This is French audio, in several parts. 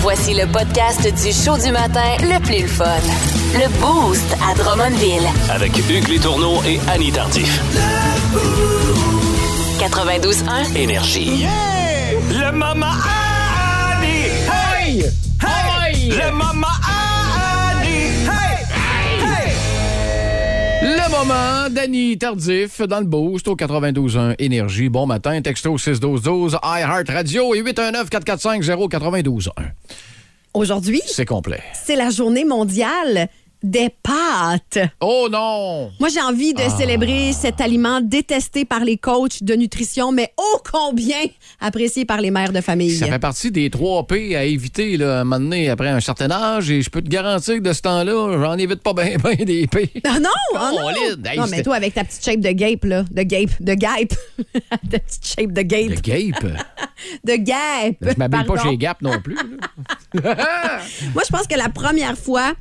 Voici le podcast du show du matin le plus le fun. Le Boost à Drummondville. Avec Hugues Létourneau et Annie Tardif. 92.1. Énergie. Le maman Annie! Hey! Hey! Le maman Annie! Hey! Le moment, Danny Tardif, dans le boost au 92.1 Énergie. Bon matin, texto 61212, iHeart Radio et 819-445-0921. Aujourd'hui, C'est complet. c'est la journée mondiale des pâtes. Oh non! Moi, j'ai envie Ah. de célébrer cet aliment détesté par les coachs de nutrition, mais ô combien apprécié par les mères de famille. Ça fait partie des 3 P à éviter là, à un moment donné après un certain âge et je peux te garantir que de ce temps-là, j'en évite pas bien ben des P. Ah non! ah non! Caroline, hey, non, c'était- mais toi, avec ta petite shape de gape, là. De gape. De gape. ta petite shape de Le gape. gape. De gape. Je m'habille pas Pardon. chez Gap non plus. là. Moi, je pense que la première fois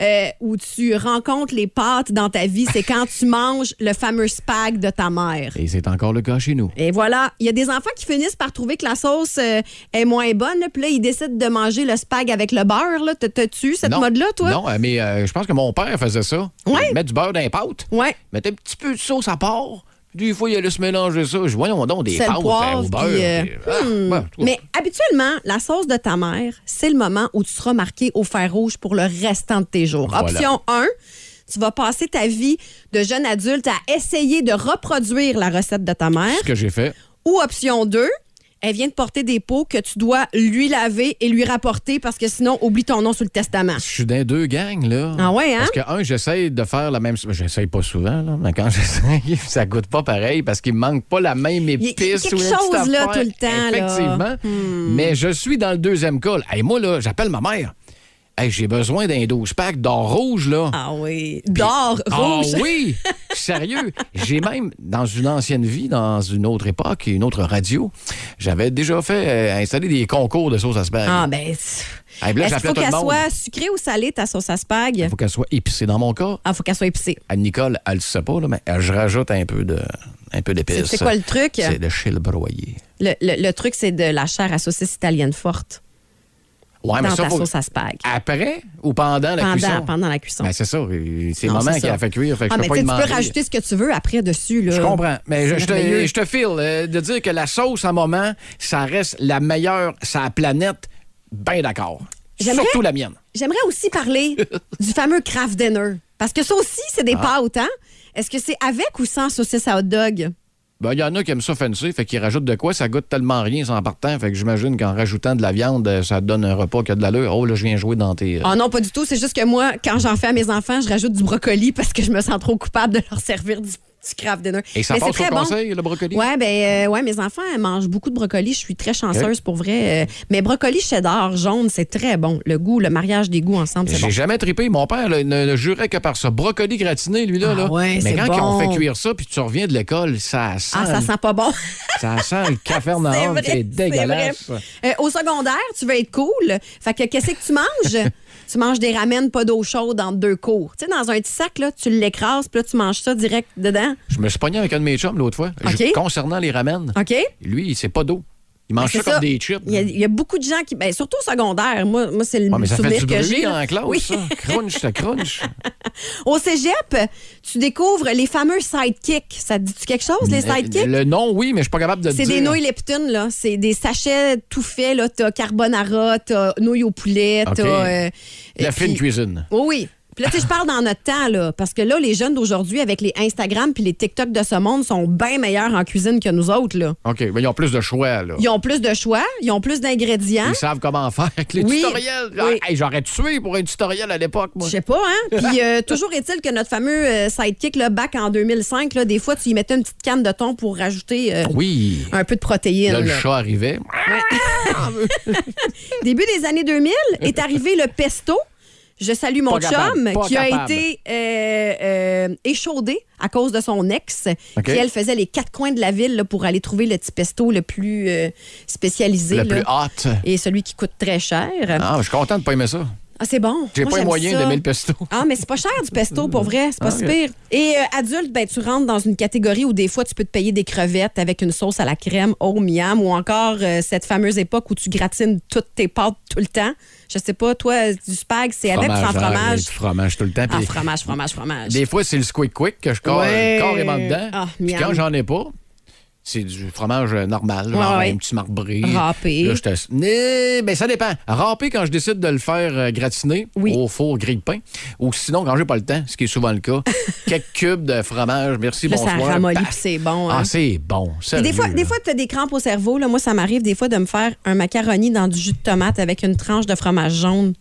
euh, où tu rencontres les pâtes dans ta vie, c'est quand tu manges le fameux spag de ta mère. Et c'est encore le cas chez nous. Et voilà, il y a des enfants qui finissent par trouver que la sauce euh, est moins bonne, là, puis là, ils décident de manger le spag avec le beurre. là. T'as- T'as-tu cette Non. mode-là, toi? Non, euh, mais euh, je pense que mon père faisait ça. Ouais. Il mettait du beurre dans les pâtes. Ouais. Mettait un petit peu de sauce à part. Puis Des fois, il allait se mélanger ça. Je voyons donc des Sel, pâtes poivre, euh, au beurre. puis, euh, puis, ah, ben, je trouve- Mais habituellement, la sauce de ta mère, c'est le moment où tu seras marqué au fer rouge pour le restant de tes jours. Voilà. Option 1, tu vas passer ta vie de jeune adulte à essayer de reproduire la recette de ta mère. ce que j'ai fait. Ou option 2, elle vient de porter des pots que tu dois lui laver et lui rapporter parce que sinon, oublie ton nom sur le testament. Je suis dans deux gangs, là. Ah ouais, hein? Parce que, un, j'essaie de faire la même. J'essaie pas souvent, là, mais quand j'essaie, ça goûte pas pareil parce qu'il me manque pas la même y a épice. quelque ou une petite chose, là, affaire. tout le temps, là. Hmm. Effectivement. Mais je suis dans le deuxième cas. Et moi, là, j'appelle ma mère. Hey, j'ai besoin d'un 12 pack d'or rouge, là. Ah oui. D'or, rouge. Ah oui! Sérieux! J'ai même, dans une ancienne vie, dans une autre époque et une autre radio, j'avais déjà fait euh, installer des concours de sauce à spag. Ah ben. pff. Hey, puis Est-ce là, qu'il j'appelais faut tout le qu'elle monde. soit sucrée ou salée, ta sauce à Il spag? faut qu'elle soit épicée. Dans mon cas, Ah, faut qu'elle soit épicée. à Nicole, elle le sait pas, là, mais elle- je rajoute un peu de un peu d'épices. C'est- c'est quoi le truc? C'est le chili broyé. Le, le- le truc, c'est de la chair à saucisse italienne forte Ouais, dans ça, ta faut- sauce à spag. Après ou pendant la Pendant, cuisson? pendant la cuisson. Ben, c'est ça. euh, C'est le Non, moment c'est qu'elle ça. a fait cuire. Fait que ah, je mais peux pas tu sais, tu y peux demander. rajouter ce que tu veux après dessus. Là. Je comprends, mais je, C'est je te, Euh, merveilleux. je te file euh, de dire que la sauce à moment, ça reste la meilleure sur la planète. Ben d'accord. J'aimerais- Surtout la mienne. J'aimerais aussi parler du fameux Kraft Dinner. Parce que ça aussi, c'est des Ah. pâtes, hein? Est-ce que c'est avec ou sans saucisse à hot dog? Ben, il y en a qui aiment ça fancy, fait qu'ils rajoutent de quoi, ça goûte tellement rien sans partant, fait que j'imagine qu'en rajoutant de la viande, euh, ça te donne un repas qui a de l'allure. Oh là, je viens jouer dans tes... euh, Ah non, pas du tout. C'est juste que moi, quand j'en fais à mes enfants, je rajoute du brocoli parce que je me sens trop coupable de leur servir du, du Kraft Dinner. Et ça Mais passe c'est très au bon. conseil, le brocoli? Ouais, ben, euh, ouais, mes enfants elles mangent beaucoup de brocoli. Je suis très chanceuse pour vrai. Euh, mais brocoli cheddar jaune, c'est très bon. Le goût, le mariage des goûts ensemble, c'est J'ai bon. jamais tripé. Mon père là, ne, ne jurait que par ça. Brocoli gratiné, lui-là. Ah là. ouais, Mais c'est quand ils ont bon. fait cuire ça, puis tu reviens de l'école, ça sent, Ah, ça le- sent pas bon. ça sent le C'est cafarnaum. vrai, C'est c'est dégueulasse. vrai. Euh, au secondaire, tu veux être cool. Fait que qu'est-ce que tu manges? tu manges des ramen, pas d'eau chaude entre deux cours. Tu sais, dans un petit sac, là, tu l'écrases, puis là, tu manges ça direct dedans. Je me suis pogné avec un de mes chums l'autre fois. Je- OK. concernant les ramènes, OK? lui, c'est pas d'eau. Il mange Ben, ça c'est comme ça. des chips. Il y, a, il y a beaucoup de gens qui. Ben, surtout au secondaire. Moi, moi c'est le Ouais, mais ça fait souvenir du que bruit j'ai. là. en classe, Oui. ça. Crunch, ça crunch. Au cégep, tu découvres les fameux sidekicks. Ça te dit-tu quelque chose, les sidekicks? Euh, Le nom, oui, mais je suis pas capable de le dire. C'est des nouilles Lepton, là. C'est des sachets tout faits, là. T'as carbonara, t'as nouilles au poulet, OK. t'as. euh, La et fine puis- cuisine. Oui, oui. Puis là, tu sais, je parle dans notre temps, là. Parce que là, les jeunes d'aujourd'hui, avec les Instagram puis les TikTok de ce monde, sont bien meilleurs en cuisine que nous autres, là. OK, mais ils ont plus de choix, là. Ils ont plus de choix, ils ont plus d'ingrédients. Ils savent comment faire avec les Oui, tutoriels. oui. Ah, hey, J'aurais tué pour un tutoriel à l'époque, moi. Je sais pas, hein? Puis euh, toujours est-il que notre fameux euh, sidekick, là, back en 2005, là, des fois, tu y mettais une petite canne de thon pour rajouter euh, Oui. un peu de protéines. Là, le là. chat arrivait. Début des années 2000 est arrivé le pesto. Je salue mon Pas capable, chum pas qui a capable. été euh, euh, échaudé à cause de son ex OK. qui, elle, faisait les quatre coins de la ville là, pour aller trouver le petit pesto le plus euh, spécialisé Le là, plus hot. et celui qui coûte très cher. Ah, je suis content de pas aimer ça. Ah, c'est bon. J'ai Moi, pas les j'aime moyens ça. d'aimer le pesto. Ah, mais c'est pas cher du pesto, pour vrai. C'est pas Ah, si ok. pire. Et euh, adulte, ben, tu rentres dans une catégorie où des fois, tu peux te payer des crevettes avec une sauce à la crème, au miam, ou encore euh, cette fameuse époque où tu gratines toutes tes pâtes tout le temps. Je sais pas, toi, euh, du spag, c'est adepte en hein, fromage. Ah, du fromage tout le temps. En puis fromage, fromage, fromage. Des fois, c'est le squeak quick que je corps Ouais. carrément dedans. Ah, Puis miam. quand j'en ai pas, c'est du fromage euh, normal, genre Ouais, ouais. un petit marbré. Râpé. Là, je te- Mais ben, ça dépend. Râpé quand je décide de le faire euh, gratiner Oui. au four grille-pain. Ou sinon, quand j'ai pas le temps, ce qui est souvent le cas, quelques cubes de fromage, merci, Là, ça bonsoir. ramollit, paf. puis c'est bon, hein. Ah, c'est bon. Puis des fois, sérieux, des là. fois tu as des crampes au cerveau. Là. Moi, ça m'arrive des fois de me faire un macaroni dans du jus de tomate avec une tranche de fromage jaune.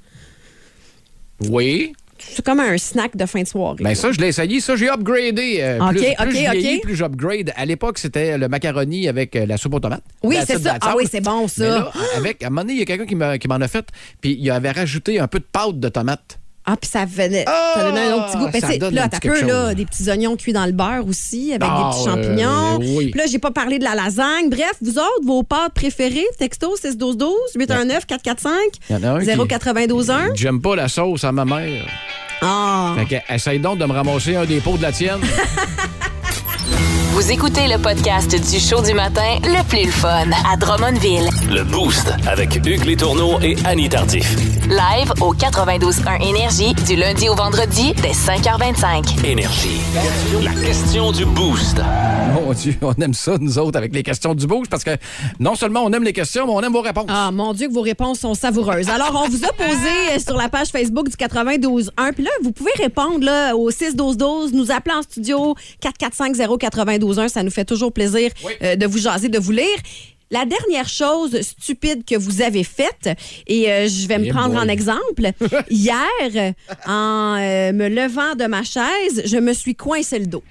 Oui. C'est comme un snack de fin de soirée. Ben ça, je l'ai essayé. Ça, j'ai upgradé. euh, Ok, plus, ok, plus je vieillis, ok. plus j'upgrade. À l'époque, c'était le macaroni avec euh, la soupe aux tomates. Oui, La c'est soupe ça. de la Ah table. oui, c'est bon, ça. Mais là, avec, à un moment donné, il y a quelqu'un qui m'a- qui m'en a fait, puis il avait rajouté un peu de pâte de tomate. Ah, puis ça venait. Ah! ça donnait un autre petit goût. Mais Ça tu sais, donne là, un t'as petit quelque peu, là, chose. des petits oignons cuits dans le beurre aussi, avec Ah, des petits euh, champignons. oui. Puis là, j'ai pas parlé de la lasagne. Bref, vous autres, vos pâtes préférées, texto 61212 819 Il y en a un 445 qui- 0921 J'aime pas la sauce à ma mère. Ah! Fait que, essaye donc de me ramasser un des pots de la tienne. Vous écoutez le podcast du show du matin le plus le fun à Drummondville. Le Boost avec Hugues Létourneau et Annie Tardif. Live au 92.1 Énergie du lundi au vendredi dès 5h25. Énergie. La question du Boost. Mon Dieu, on aime ça, nous autres, avec les questions du bouge, parce que non seulement on aime les questions, mais on aime vos réponses. Ah, mon Dieu, que vos réponses sont savoureuses. Alors, on vous a posé euh, sur la page Facebook du 92.1. Puis là, vous pouvez répondre là, au 6-12-12, nous appeler en studio 445-0921. Ça nous fait toujours plaisir euh, de vous jaser, de vous lire. La dernière chose stupide que vous avez faite, et euh, je vais me Eh prendre boy. en exemple, hier, euh, en euh, me levant de ma chaise, je me suis coincé le dos.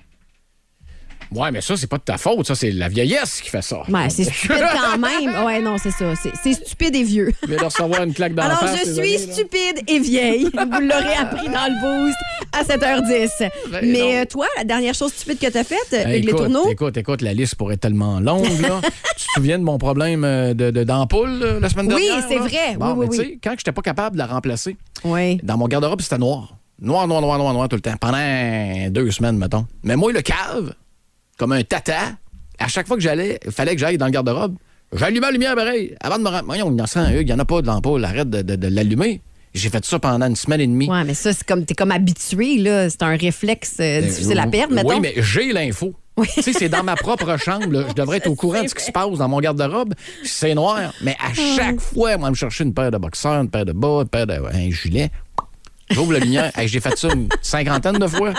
Ouais, mais ça, c'est pas de ta faute. Ça, c'est la vieillesse qui fait ça. Ouais, c'est stupide quand même. Ouais, non, c'est ça. C'est- C'est stupide et vieux. Mais de recevoir une claque dans la Alors, face, je désolé, suis là. stupide et vieille. Vous l'aurez appris dans le boost à 7h10. Ben Mais non. euh, toi, la dernière chose stupide que t'as faite, Hey, avec les écoute, tourneaux, écoute, écoute, la liste pourrait être tellement longue. Là. tu te souviens de mon problème euh, de, de- d'ampoule euh, la semaine Oui, dernière? c'est là? vrai. Bon, Oui, oui, mais tu oui. sais, Quand je n'étais pas capable de la remplacer, Oui. dans mon garde-robe, c'était noir. Noir, noir, noir, noir, noir tout le temps. Pendant deux semaines, mettons. Mais moi, le cave, comme un tata, à chaque fois que j'allais, il fallait que j'aille dans le garde-robe, j'allumais la lumière pareil. Avant de me rendre. Voyons, innocent, Hugues, il n'y en a pas de l'ampoule, arrête de, de- de l'allumer. J'ai fait ça pendant une semaine et demie. Ouais, mais ça, c'est comme, t'es comme habitué, là. C'est un réflexe euh, difficile à perdre, mettons. Ben, Oui, mais j'ai l'info. tu sais, c'est dans ma propre chambre. là. Je devrais être au courant de ce qui se passe dans mon garde-robe. C'est noir. Mais à Ah. chaque fois, moi, me chercher une paire de boxeurs, une paire de bas, une paire de un gilet. J'ouvre la lumière. Hey, J'ai fait ça une cinquantaine de fois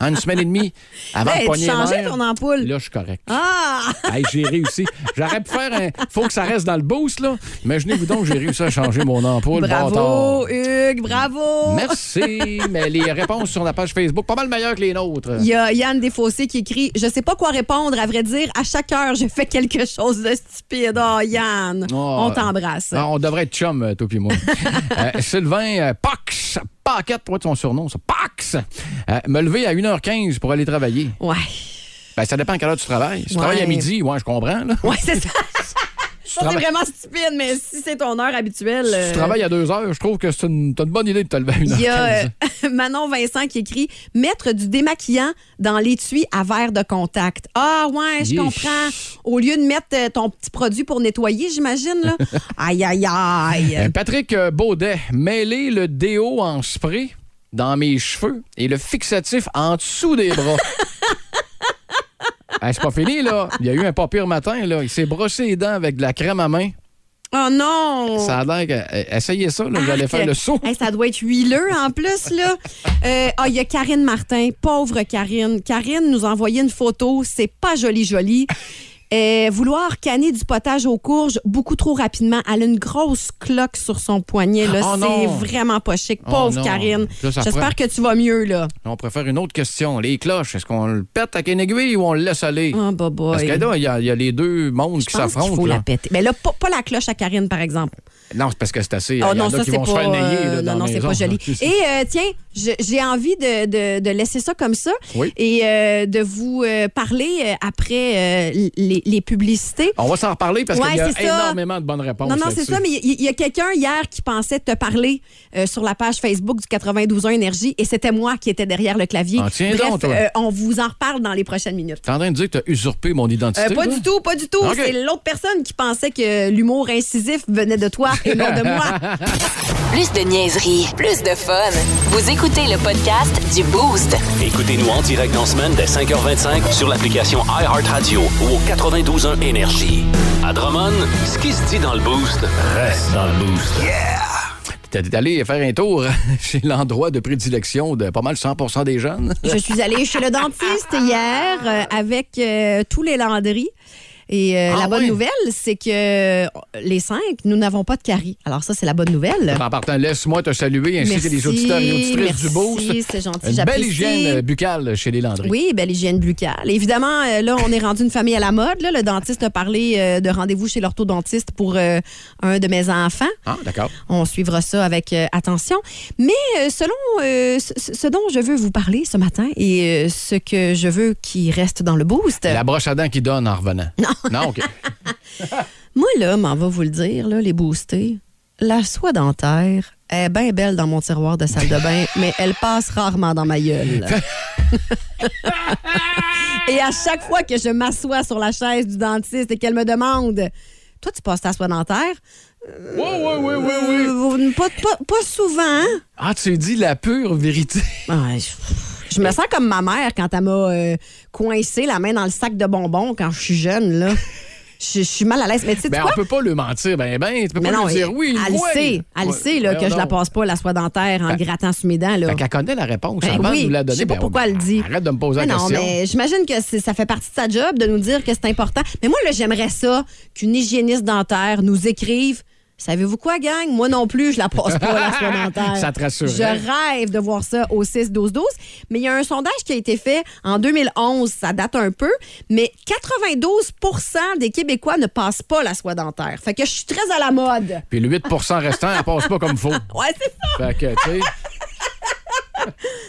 en une semaine et demie avant Ben, de tu pogner changeais l'air. ton ampoule. Là, je suis correct. Ah! Hey, j'ai réussi. J'aurais pu faire un. Faut que ça reste dans le boost, là. Imaginez-vous donc, j'ai réussi à changer mon ampoule. bâtard. Bravo, Hugues, bravo! Merci. Mais les réponses sur la page Facebook, pas mal meilleures que les nôtres. Il y a Yann Desfossés qui écrit Je sais pas quoi répondre, à vrai dire, à chaque heure, je fais quelque chose de stupide. Oh, Yann, Oh, on euh, t'embrasse. ah, on devrait être chum, euh, toi puis moi. Euh, Sylvain euh, Pax, Paquette, toi, son surnom, ça, Pax, Euh, me lever à 1h15 pour aller travailler. Ouais. Ben, ça dépend à quelle heure tu travailles. Si tu Ouais. travailles à midi, ouais, je comprends. là. Ouais, c'est ça. Si tu Ça, c'est travailles- vraiment stupide, mais si c'est ton heure habituelle. si euh, tu travailles à 2 heures, je trouve que c'est une, t'as une bonne idée de te lever à 1h15. Il y a euh, Manon Vincent qui écrit Mettre du démaquillant dans l'étui à verre de contact. Ah, ouais, je Yeesh. comprends. Au lieu de mettre euh, ton petit produit pour nettoyer, j'imagine, là. aïe, aïe, Euh, aïe. Patrick euh, Baudet, mêler le déo en spray dans mes cheveux et le fixatif en dessous des bras. Hey, c'est pas fini, là. Il y a eu un pas pire matin, là. Il s'est brossé les dents avec de la crème à main. Oh non! Ça a l'air que. euh, Essayez ça, là, vous allez Arc. faire le saut. Hey, ça doit être huileux en plus, là. Euh, Ah, il y a Karine Martin, pauvre Karine. Karine nous a envoyé une photo, c'est pas joli, joli. Euh, vouloir canner du potage aux courges beaucoup trop rapidement. Elle a une grosse cloque sur son poignet. là. Oh c'est non. vraiment pas chic. Oh Pauvre non. Karine. Là, ça J'espère prend. que tu vas mieux, là. On préfère une autre question. Les cloches, est-ce qu'on le pète avec une aiguille ou on le laisse aller? Oh, bah, Parce que là, il y, a- il y a les deux mondes qui Je pense qu'il s'affrontent. faut la là. péter. Mais là, pas, pas la cloche à Karine, par exemple. Non, c'est parce que c'est assez. Oh il y non, en a ça, qui c'est vont se pas. faire nailler, là, euh, dans non, non, la c'est pas maison. joli. Et euh, tiens, je- j'ai envie de, de- de laisser ça comme ça Oui. et euh, de vous euh, parler euh, après euh, les, les, les publicités. On va s'en reparler parce Ouais, qu'il y a c'est ça. énormément de bonnes réponses. Non, non, c'est là-dessus. ça, mais il il y, a quelqu'un hier qui pensait te parler euh, sur la page Facebook du 92.1 Énergie et c'était moi qui était derrière le clavier. Ah, tiens Bref, euh, donc, toi. on vous en reparle dans les prochaines minutes. T'es en train de dire que t'as usurpé mon Euh, identité. pas là? du tout, pas du tout. Ok. C'est l'autre personne qui pensait que l'humour incisif venait de toi et non de moi. Plus de niaiserie, plus de fun. Vous écoutez le podcast du Boost. Écoutez-nous en direct dans la semaine dès 5h25 sur l'application iHeartRadio ou au 92.1 Énergie. À Drummond, ce qui se dit dans le boost reste dans le boost. T'es t'es allé faire un tour chez l'endroit de prédilection de pas mal 100 des jeunes. Je suis allée chez le dentiste hier euh, avec euh, tous les Landry. Et euh, Ah la bonne ouais. nouvelle, c'est que euh, les cinq, nous n'avons pas de caries. Alors ça, c'est la bonne nouvelle. En partant, laisse-moi te saluer Ah ben, ainsi que les auditeurs et auditrices merci, du Beauce. c'est gentil, Une belle j'apprécie. hygiène euh, buccale chez les Landry. Oui, belle hygiène buccale. Évidemment, euh, là, on est rendu une famille à la mode. là. Le dentiste a parlé euh, de rendez-vous chez l'orthodontiste pour euh, un de mes enfants. Ah, d'accord. On suivra ça avec euh, attention. Mais euh, selon euh, ce, ce- ce dont je veux vous parler ce matin et euh, ce que je veux qui reste dans le boost, La broche à dents qui donne en revenant. Non. Non, OK. moi, là, m'en va vous le dire, là, les boostés, la soie dentaire est bien belle dans mon tiroir de salle de bain, mais elle passe rarement dans ma gueule. et à chaque fois que je m'assois sur la chaise du dentiste et qu'elle me demande « Toi, tu passes ta soie dentaire? Oui, oui, oui, oui, oui. Euh, Pas, pas- pas souvent, hein? Ah, tu dis la pure vérité. Ouais, je, je me sens comme ma mère quand elle m'a euh, coincé la main dans le sac de bonbons quand je suis jeune, là. Je, je suis mal à l'aise. Mais tu sais Ben, quoi? on peut pas le mentir. Ben, ben, tu peux Mais pas non, lui dire oui. elle le oui. sait, elle le Ouais, sait là, que voyons je la donc. passe pas la soie dentaire en grattant sous mes dents. Là. Fait qu'elle connaît la réponse Ben avant de oui, nous la je donner. sais pas Ben, pourquoi elle le dit. Arrête de me poser Mais la non, question. mais j'imagine que c'est- ça fait partie de sa job de nous dire que c'est important. Mais moi, là, j'aimerais ça qu'une hygiéniste dentaire nous écrive. Savez-vous quoi, gang? Moi non plus, je la passe pas, la soie dentaire. Ça te rassurerait. Je rêve de voir ça au 6-12-12. Mais il y a un sondage qui a été fait en 2011, ça date un peu, mais 92 des Québécois ne passent pas la soie dentaire. Fait que je suis très à la mode. Puis le 8 restant, elle passe pas comme faux. Ouais, c'est ça. Fait que, tu sais,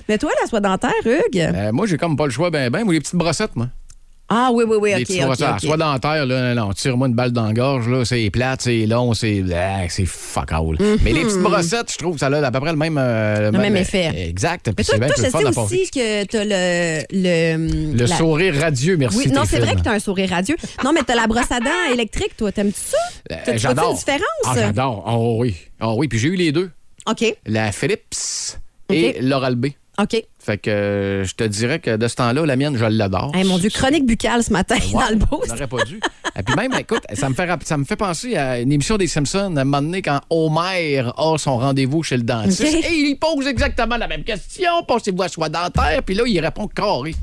Mais toi, la soie dentaire, Hugues? euh, moi, j'ai comme pas le choix, ben, ben, ou les petites brossettes, moi. Ah oui, oui, oui, Les ok, petites ok, brossettes. ok. Soit dentaire, là, non, non, tire-moi une balle dans la gorge, là, c'est plate, c'est long, c'est. ah, c'est fuck all. Mais les petites brossettes, je trouve, ça a à peu près le même. euh, le Mhm. même effet. Exact. Puis Mais toi, c'est bien toi, plus je fun à sais passer. aussi que t'as le... Le, Le la- sourire radieux, merci. Oui, non, t'es c'est fine. vrai que t'as un sourire radieux. Non, mais t'as la brosse à dents électrique, toi. T'aimes-tu ça? Euh, T'as- tu vois-tu J'adore. une différence? Ah, j'adore. Oh oui. Oh oui. Puis j'ai eu les deux. OK, La Philips Ok. et l'Oral B. OK. Fait que euh, je te dirais que de ce temps-là, la mienne, je l'adore. Hey, mon Dieu, chronique buccale ce matin Ouais, dans le boost. On n'aurait pas dû. Et puis même, écoute, ça me, fait, rap- ça me fait penser à une émission des Simpsons, à un moment donné, quand Homer a son rendez-vous chez le dentiste. Ok. Et il pose exactement la même question. Pensez-vous à soi dentaire? Puis là, il répond carré.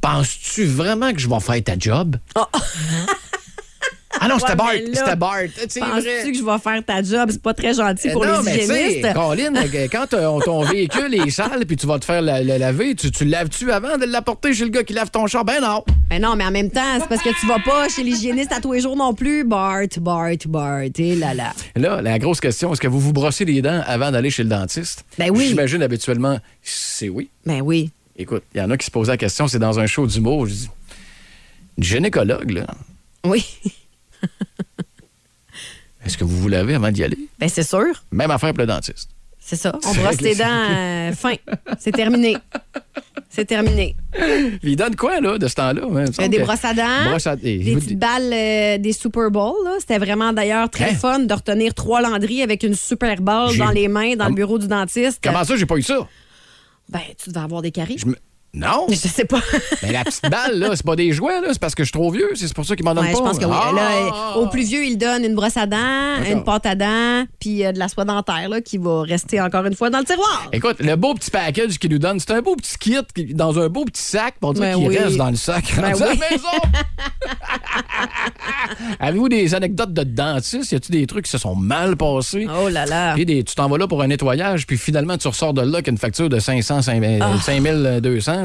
Penses-tu vraiment que je vais faire ta job? ah non, Oh. c'était Ouais, Bart. mais là, C'était Bart. C'est vrai. Penses-tu que je vais faire ta job? C'est pas très gentil pour non, les mais tu sais, hygiénistes. Colin, euh, quand ton, ton véhicule est sale puis tu vas te faire la- le laver, tu, tu le laves-tu avant de l'apporter chez le gars qui lave ton char? Ben non. Mais non, mais en même temps, c'est parce que tu vas pas chez l'hygiéniste à tous les jours non plus. Bart, Bart, Bart, et là là. Là, la grosse question, est-ce que vous vous brossez les dents avant d'aller chez le dentiste? Ben oui. J'imagine habituellement, c'est oui. Ben oui. Écoute, il y en a qui se posent la question, c'est dans un show d'humour. Je dis, une gynécologue, là, Oui. est-ce que vous vous lavez avant d'y aller? Ben c'est sûr. Même affaire pour le dentiste. C'est ça. On brosse les dents. euh, fin. C'est terminé. C'est terminé. Il donne quoi, là, de ce temps-là? hein? Il me Euh, semble des que- brosses à dents, Brosses à- eh, des vous- petites balles euh, des Super Bowls. là. C'était vraiment d'ailleurs très Hein? fun de retenir trois landries avec une Super Bowl J'ai- dans les mains, dans le bureau du dentiste. Comment ça, j'ai pas eu ça? Ben, tu devais avoir des caries. Je me- Non! Je sais pas. Mais la petite balle, là, c'est pas des jouets, là, c'est parce que je suis trop vieux, c'est pour ça qu'ils m'en donnent Ouais, pas. je pense que oui. Ah! Là, euh, au plus vieux, il donne une brosse à dents, D'accord. une pâte à dents, puis euh, de la soie dentaire là, qui va rester encore une fois dans le tiroir. Écoute, le beau petit package qu'ils nous donnent, c'est un beau petit kit qui- dans un beau petit sac pour dire Ben qu'il oui. reste dans le sac. Ben rendu à la oui. maison. Avez-vous des anecdotes de dentiste? Y a-tu des trucs qui se sont mal passés? Oh là là. Puis des- tu t'en vas là pour un nettoyage, puis finalement tu ressors de là qu'une facture de 500, Ah. 5200.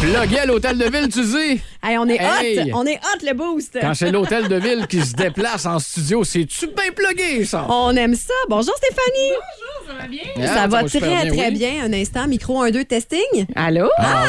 Plugué à l'hôtel de ville, tu dis? Hey, on est Hey! hot! On est hot, le boost! Quand c'est l'hôtel de ville qui se déplace en studio, c'est-tu bien plugué, ça? On aime ça. Bonjour Stéphanie! Ah, Oh, ça va très, super très oui. bien. Un instant, micro 1-2 testing. Allô? Ah,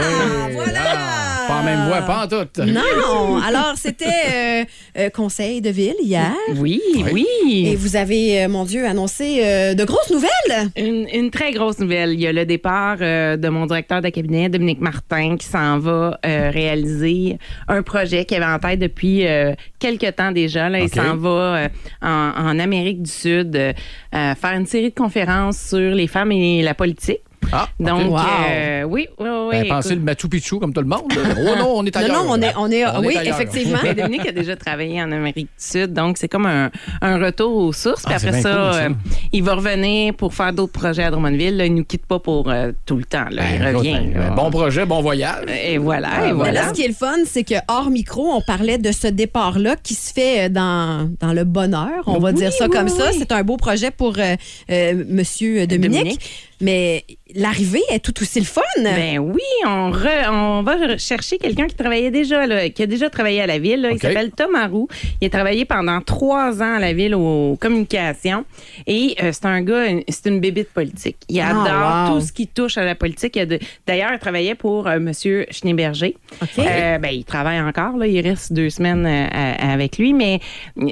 oui. voilà! Ah, pas en même voix, pas en tout. Non! Alors, c'était euh, euh, conseil de ville hier. Oui, oui. Et vous avez, euh, mon Dieu, annoncé euh, de grosses nouvelles. Une, une très grosse nouvelle. Il y a le départ euh, de mon directeur de cabinet, Dominique Martin, qui s'en va euh, réaliser un projet qu'il avait en tête depuis euh, quelques temps déjà. Là. Il OK. s'en va euh, en, en Amérique du Sud euh, euh, faire une série de conférences sur les femmes et la politique. Ah, ok. Donc, Wow. euh, oui, oui, oui. Ben, pensez écoute. le Machu Picchu comme tout le monde. Oh non, on est Non, ailleurs. non, on est, on est, oui, ailleurs. effectivement. Mais Dominique a déjà travaillé en Amérique du Sud, donc c'est comme un, un retour aux sources. Puis Ah, c'est après ça, bien cool, ça. euh, il va revenir pour faire d'autres projets à Drummondville. Là, il nous quitte pas pour euh, tout le temps. Là. Il Ben, écoute, revient. là. ben, Bon Ah, ben, projet, bon voyage. Et voilà, et Mais là, voilà. ce qui est le fun, c'est que hors micro, on parlait de ce départ-là qui se fait euh, dans, dans le bonheur. On va Oui, dire ça oui, comme ça. oui. C'est un beau projet pour euh, euh, Monsieur Dominique. Dominique. Mais l'arrivée est tout aussi le fun. Ben oui, on, re- on va chercher quelqu'un qui travaillait déjà, là, qui a déjà travaillé à la ville. là. Il OK. s'appelle Tom Harou. Il a travaillé pendant trois ans à la ville aux communications. Et euh, c'est un gars, une- c'est une bébite politique. Il Ah, adore wow. tout ce qui touche à la politique. Il a de- D'ailleurs, il travaillait pour euh, Monsieur M. Schneeberger. Euh, ben, il travaille encore, là. il reste deux semaines euh, à- avec lui, mais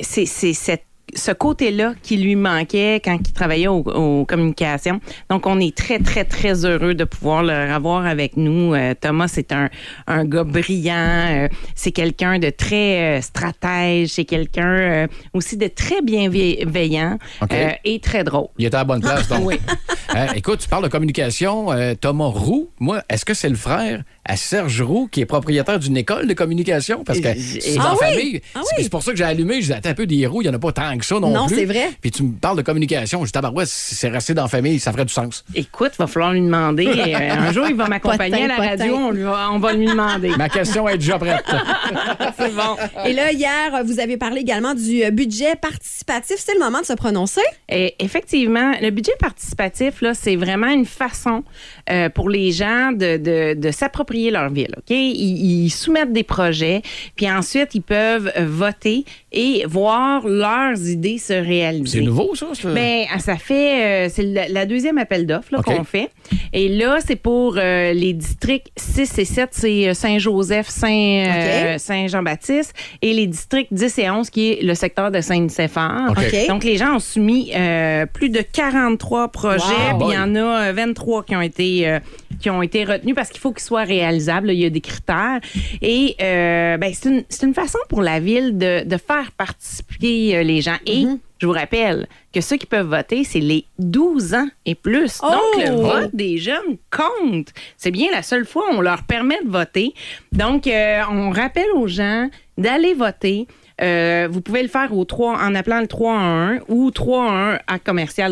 c'est c'est cette- ce côté-là qui lui manquait quand il travaillait au- aux communications. Donc, on est très, très, très heureux de pouvoir le revoir avec nous. Euh, Thomas, c'est un, un gars brillant. euh, c'est quelqu'un de très euh, stratège. C'est quelqu'un euh, aussi de très bienveillant OK. euh, et très drôle. Il était à la bonne Ah, place, donc. Hein, écoute, tu parles de communication. euh, Thomas Roux, moi, est-ce que c'est le frère à Serge Roux qui est propriétaire d'une école de communication? Parce que c'est Ah en oui! famille. Ah C'est- oui! C'est pour ça que j'ai allumé. Je disais, attends un peu, des roues, il n'y en a pas tant que ça non, Non, plus. c'est vrai. Puis tu me parles de communication. Je dis, ouais, c'est resté dans la famille, ça ferait du sens. Écoute, va falloir lui demander. Euh, un jour, il va m'accompagner à la Potin, radio. potin. On, lui va, on va lui demander. Ma question est déjà prête. C'est bon. Et là, hier, euh, vous avez parlé également du euh, budget participatif. C'est le moment de se prononcer. Et effectivement, le budget participatif, là, c'est vraiment une façon euh, pour les gens de, de- de s'approprier leur ville. OK? Ils, ils soumettent des projets, puis ensuite, ils peuvent voter et voir leurs idées se réaliser. c'est nouveau, ça? ça? Ben, ah, ça fait. euh, c'est la, la deuxième appel d'offres là, OK. qu'on fait. Et là, c'est pour euh, les districts 6 et 7, c'est euh, Saint-Joseph, Saint, euh, Saint-Jean-Baptiste, et les districts 10 et 11, qui est le secteur de Saint-Nicéphore. OK. OK. Donc, les gens ont soumis euh, plus de 43 projets, Wow. Ah, puis il y en a euh, 23 qui ont été, euh, qui ont été retenus parce qu'il faut qu'ils soient réalisables. là, Il y a des critères. Et euh, ben, c'est une, c'est une façon pour la ville de, de faire participer euh, les gens. Et je vous rappelle que ceux qui peuvent voter, c'est les 12 ans et plus. Donc, le Oh! vote des jeunes compte. C'est bien la seule fois où on leur permet de voter. Donc, euh, on rappelle aux gens d'aller voter. Euh, vous pouvez le faire au 3, en appelant le 311 ou 311 à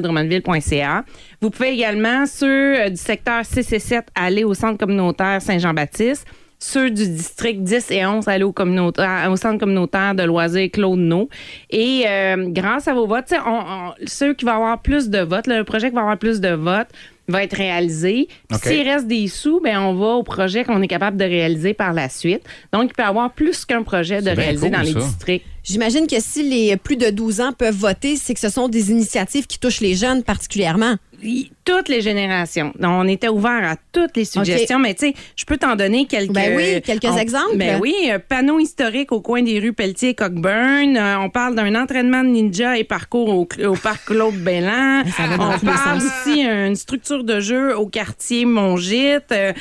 commercialdrummondville.ca. Vous pouvez également, ceux euh, du secteur 6 et 7, aller au centre communautaire Saint-Jean-Baptiste. Ceux du district 10 et 11, aller au, communautaire- au centre communautaire de loisirs Claude Nau. Et euh, grâce à vos votes, tu sais, on- on- ceux qui vont avoir plus de votes, le projet qui va avoir plus de votes va être réalisé. Puis OK. S'il reste des sous, ben on va au projet qu'on est capable de réaliser par la suite. Donc, il peut y avoir plus qu'un projet de C'est bien réaliser cool, dans les ça. districts. J'imagine que si les plus de 12 ans peuvent voter, c'est que ce sont des initiatives qui touchent les jeunes particulièrement. Oui, Toutes les générations. Donc, on était ouvert à toutes les suggestions, mais tu sais, je peux t'en donner quelques... Ben oui, quelques on- exemples. Ben oui, un panneau historique au coin des rues Pelletier et Cockburn. Euh, on parle d'un entraînement de ninja et parcours au, au parc Claude Bellan. on parle aussi d'une structure de jeu au quartier Montgite. Euh,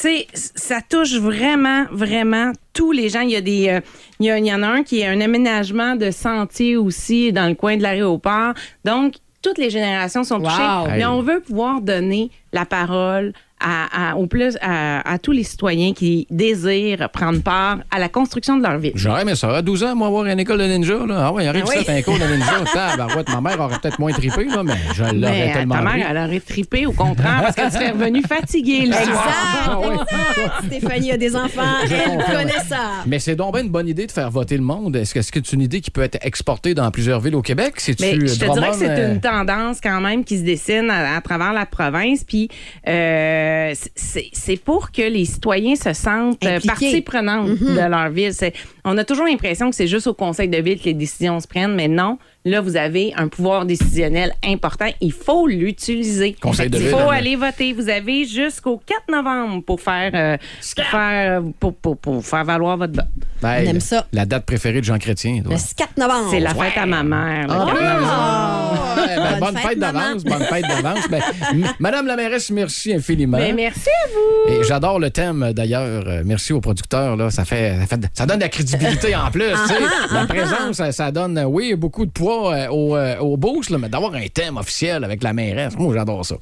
tu sais, ça touche vraiment, vraiment tous les gens. Il y a des, euh, il y, a- il y en a un qui est un aménagement de sentier aussi dans le coin de l'aéroport. Donc, toutes les générations sont touchées. Mais Hey. on veut pouvoir donner la parole à, à- au plus, à, à tous les citoyens qui désirent prendre part à la construction de leur ville. J'aurais aimé ça. À 12 ans, moi, avoir une école de ninja. Là. Ah ouais, arrive oui. ça, t'as un cours de ninja. Tabarouette, ma mère aurait peut-être moins trippé, là, mais je l'aurais Mais euh, tellement ta pris. mère, elle aurait trippé, au contraire, parce qu'elle serait revenue fatiguée le soir. Exact, Ah ouais. exact. Stéphanie a des enfants, elle comprends. connaît ça. Mais c'est donc bien une bonne idée de faire voter le monde. Est-ce que c'est une idée qui peut être exportée dans plusieurs villes au Québec? C'est-tu Mais je te dirais que euh, Drummond, c'est euh, une tendance quand même qui se dessine à, à travers la province. Puis euh, euh, c- c'est c'est pour que les citoyens se sentent euh, Impliqués. partie prenante de leur ville. C'est- On a toujours l'impression que c'est juste au conseil de ville que les décisions se prennent, mais non. Là, vous avez un pouvoir décisionnel important. Il faut l'utiliser. Conseil de Il ville, faut hein, mais- aller voter. Vous avez jusqu'au 4 novembre pour faire, euh, pour faire, euh, pour, pour- pour faire valoir votre vote. Ben, On aime ça. La date préférée de Jean Chrétien. toi. Le 4 novembre. Oh, C'est la fête à ma mère. le Oh, Ah, 4 novembre. ouais, ben, Bonne bonne fête, fête maman. d'avance, bonne fête d'avance. Ben, m- Madame la mairesse, Ah, merci infiniment. Ben, merci à vous. Et j'adore le thème d'ailleurs. Euh, Merci aux producteurs. Là. Ça, fait, ça, fait- ça donne de la crédibilité en plus. tu sais. la présence, ça, ça donne, euh, oui, beaucoup de poids euh, au, euh, au boost, là, mais d'avoir un thème officiel avec la mairesse, moi j'adore ça.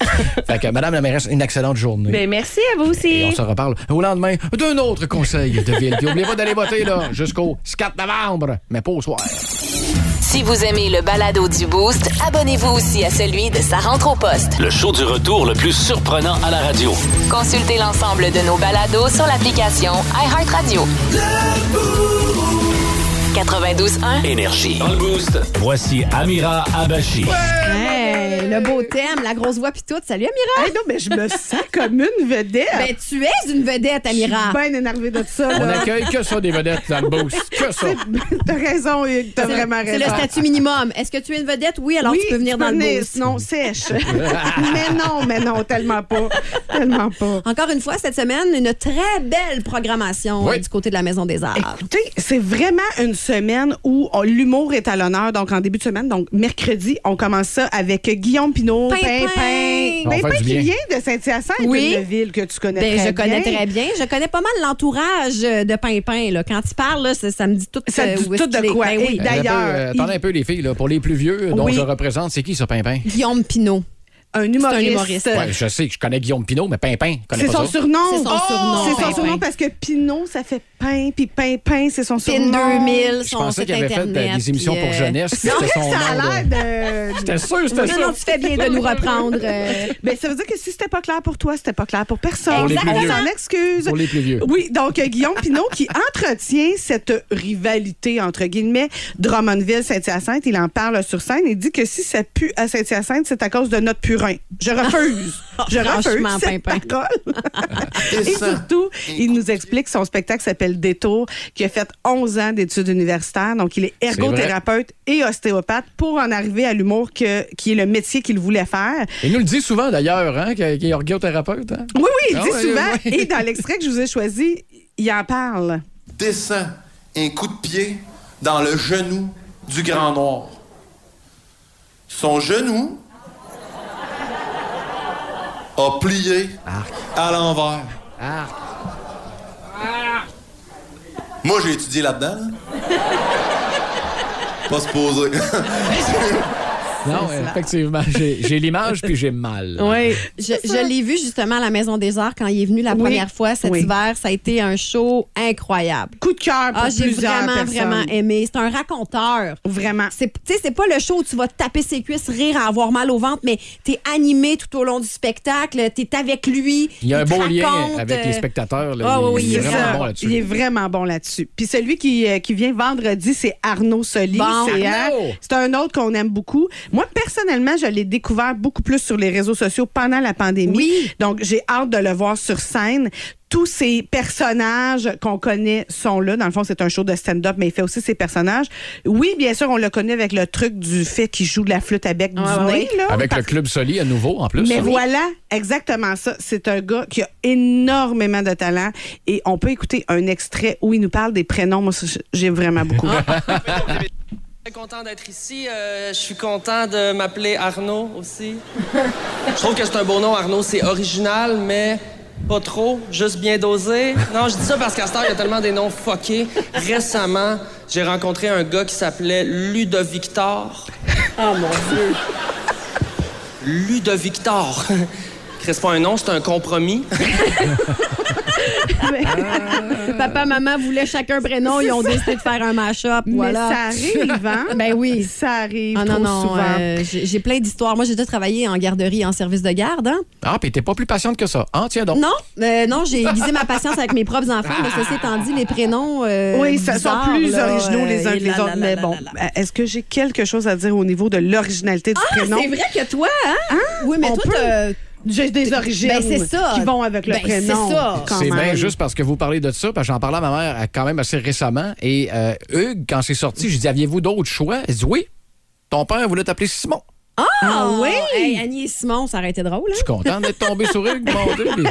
fait que Madame la mairesse, une excellente journée. Ben, merci à vous aussi. Et on se reparle au lendemain d'un autre conseil de ville. Puis oubliez pas d'aller voter là, jusqu'au 4 novembre, mais pas au soir. Si vous aimez le balado du Boost, abonnez-vous aussi à celui de sa rentre au poste. Le show du retour le plus surprenant à la radio. Consultez l'ensemble de nos balados sur l'application iHeartRadio. 92.1. Énergie. Dans le boost, voici Amira Abachi. Hey, le beau thème, la grosse voix puis tout. Salut Amira. Hey, non, mais je me sens comme une vedette. Ben, tu es une vedette, je suis Amira. bien énervée de ça. On là. accueille que ça des vedettes dans le boost. Que ça. T'as raison, Hugues, t'as C'est le- vraiment raison. C'est le statut minimum. Est-ce que tu es une vedette? Oui, alors oui, tu peux venir dans le venir, boost. Sinon, sèche. mais non, mais non, tellement pas. Tellement pas. Encore une fois, cette semaine, une très belle programmation Oui. euh, du côté de la Maison des Arts. Écoutez, c'est vraiment une semaine où on- l'humour est à l'honneur. Donc, en début de semaine, donc mercredi, on commence ça avec Guillaume Pinault, Pimpin. Pimpin. Ça va faire Pimpin du qui bien. vient de Saint-Hyacinthe, Oui. une ville que tu connais Ben, très je connais bien. très bien. Je connais pas mal l'entourage euh, de Pimpin. Là. Quand il parle, là, ça, ça me dit tout. Ça euh, dit où est-ce tout de qu'il est. quoi. Ben oui. Et d'ailleurs, Attends un peu, euh, attendez il- un peu les filles, là. pour les plus vieux, dont Oui. je représente, c'est qui ça, Pimpin? Guillaume Pinault. Un C'est un humoriste. humoriste. Ouais, je sais que je connais Guillaume Pinot, mais Pimpin, je connais Euh. pas C'est son ça. surnom. Oh! C'est son surnom, Ben C'est Pimpin. son surnom parce que Pinot, ça fait pain, puis pain, pain, c'est son Pin surnom. 2000, Je son pensais site qu'il avait fait Internet, de- des émissions puis, pour euh, jeunesse. Non, C'était son ça nom, a là. l'air de... J'étais sûr, c'était Non, non, ça. tu fais bien de nous reprendre. euh, Ben, ça veut dire que si c'était pas clair pour toi, c'était pas clair pour Pour personne. les plus On vieux. s'en excuse. Pour les plus vieux. Oui, donc euh, Guillaume Pinot qui entretient cette rivalité, entre guillemets, Drummondville-Saint-Hyacinthe. Il en parle sur scène et dit que si ça pue à Saint-Hyacinthe, c'est à cause de notre purin. Je refuse. Je refuse Franchement, cette Pimpin. parole. et surtout, il nous explique que son spectacle s'appelle Détour, qui a fait 11 ans d'études universitaires. Donc, il est ergothérapeute et ostéopathe pour en arriver à l'humour que- qui est le métier qu'il voulait faire. Il nous le dit souvent, d'ailleurs, hein, qu'il est orgothérapeute. Hein? Oui, oui, il Ah dit ouais, souvent. ouais. Et dans l'extrait que je vous ai choisi, il en parle. descend un coup de pied dans le genou du grand noir. Son genou a plié à l'envers. Moi, j'ai étudié là-dedans. là. Pas se poser. Non, effectivement, j'ai j'ai l'image puis j'ai mal. Oui. Je, je l'ai vu justement à la Maison des Arts quand il est venu la première fois cet Oui. hiver. Ça a été un show incroyable. Coup de cœur pour Ah, j'ai plusieurs vraiment, personnes. vraiment aimé. C'est un raconteur. Vraiment. C'est, tu sais, c'est pas le show où tu vas te taper ses cuisses, rire, avoir mal au ventre, mais t'es animé tout au long du spectacle, t'es avec lui. Il y a un te beau lien raconte, avec les euh, spectateurs. là. Ah oui, oui, il est il est vraiment ça. bon Il est là-dessus. vraiment bon là-dessus. Puis celui qui, euh, qui vient vendredi, c'est Arnaud Soli. Bon, c'est, euh, Arnaud! c'est un autre qu'on aime beaucoup. Moi, personnellement, je l'ai découvert beaucoup plus sur les réseaux sociaux pendant la pandémie. Oui. Donc, j'ai hâte de le voir sur scène. Tous ces personnages qu'on connaît sont là. Dans le fond, c'est un show de stand-up, mais il fait aussi ses personnages. Oui, bien sûr, on le connaît avec le truc du fait qu'il joue de la flûte à bec Ah, du ouais, nez. là. Avec le Club Soli à nouveau, en plus. hein. Mais Oui. voilà, exactement ça. C'est un gars qui a énormément de talent et on peut écouter un extrait où il nous parle des prénoms. Moi, ça, j'ai vraiment beaucoup. Ah, Je suis content d'être ici. Euh, je suis content de m'appeler Arnaud aussi. je trouve que c'est un beau nom, Arnaud. C'est original, mais pas trop, juste bien dosé. Non, je dis ça parce qu'à cette heure, il y a tellement des noms fuckés. Récemment, j'ai rencontré un gars qui s'appelait Ludovictor. Oh mon Dieu! Ludovictor. C'est pas un nom, c'est un compromis. Papa, maman voulaient chacun prénom, ils ont décidé de faire un mash-up. Voilà. Mais ça arrive, hein? Ben oui. Ça arrive Ah non, trop non, souvent. euh, j'ai j'ai plein d'histoires. Moi, j'ai déjà travaillé en garderie, en service de garde. hein. Ah, puis t'es pas plus patiente que ça. Hein, tiens donc. Non, euh, non, j'ai aiguisé ma patience avec mes propres enfants, mais ceci étant dit, les prénoms. euh, oui, ça bizarres, sont plus là, originaux les euh, uns et que les là, là, autres. Mais là, bon, Euh, là, là. est-ce que j'ai quelque chose à dire au niveau de l'originalité du Ah, prénom? c'est vrai que toi, hein? oui, mais on toi, peut. t'as- J'ai des origines Ben, c'est ça. qui vont avec le Ben, c'est prénom. ça. quand C'est bien même. juste parce que vous parlez de ça, parce que j'en parlais à ma mère euh, quand même assez récemment. Et euh, Hugues, quand c'est sorti, je dis Aviez-vous d'autres choix Elle dit Oui, ton père voulait t'appeler Simon. Ah oui! Hey, Annie et Simon, ça aurait été drôle. hein? Je suis content d'être tombé sur Hugues, mon Dieu. Puis-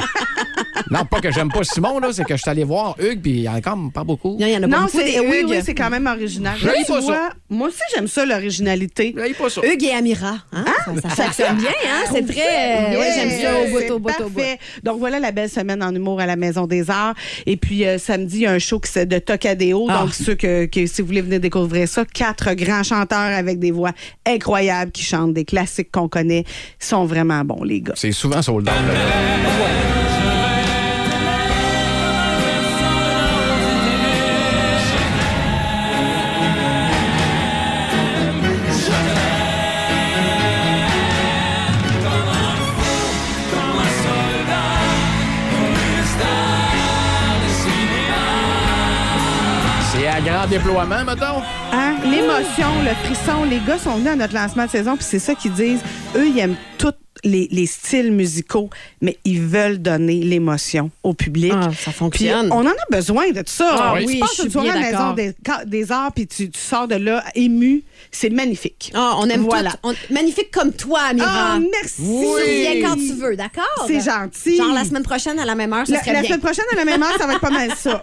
Non, pas que j'aime pas Simon, là, c'est que je suis allé voir Hugues, puis il y en a quand même pas beaucoup. Il y en a Non, beaucoup c'est des oui, Hugues. oui, c'est quand même original. J'aime Là, tu pas ça. vois, Moi aussi, j'aime ça, l'originalité. J'aille pas ça. Hugues et Amira. Hein? Ça, ça fonctionne bien, hein? C'est très. Yeah, oui, j'aime ça au bout, Ah! c'est au bout, au bout. parfait. Donc voilà la belle semaine en humour à la Maison des Arts. Et puis euh, samedi, il y a un show qui c'est de Tocadéo. Ah. Donc ceux que, que- si vous voulez venir découvrir ça, quatre grands chanteurs avec des voix incroyables qui chantent des classiques qu'on connaît Ils sont vraiment bons les gars. C'est souvent sold out. là. C'est à grand déploiement, mettons. Hein? Ah. L'émotion, le frisson, les gars sont venus à notre lancement de saison, puis c'est ça qu'ils disent. Eux, ils aiment tous les, les styles musicaux, mais ils veulent donner l'émotion au public. Ah, ça fonctionne. Puis on en a besoin de tout ça. Ah oui, Tu je passes suis une soirée à bien la maison d'accord. des, quand- des arts, puis tu, tu sors de là ému. C'est magnifique. Ah, on aime Voilà. tout. On- Magnifique comme toi, Amira. Ah, merci. Viens quand tu veux, d'accord? C'est gentil. Genre la semaine prochaine à la même heure, ça La, serait la bien. semaine prochaine, à la même heure, ça va être pas mal ça.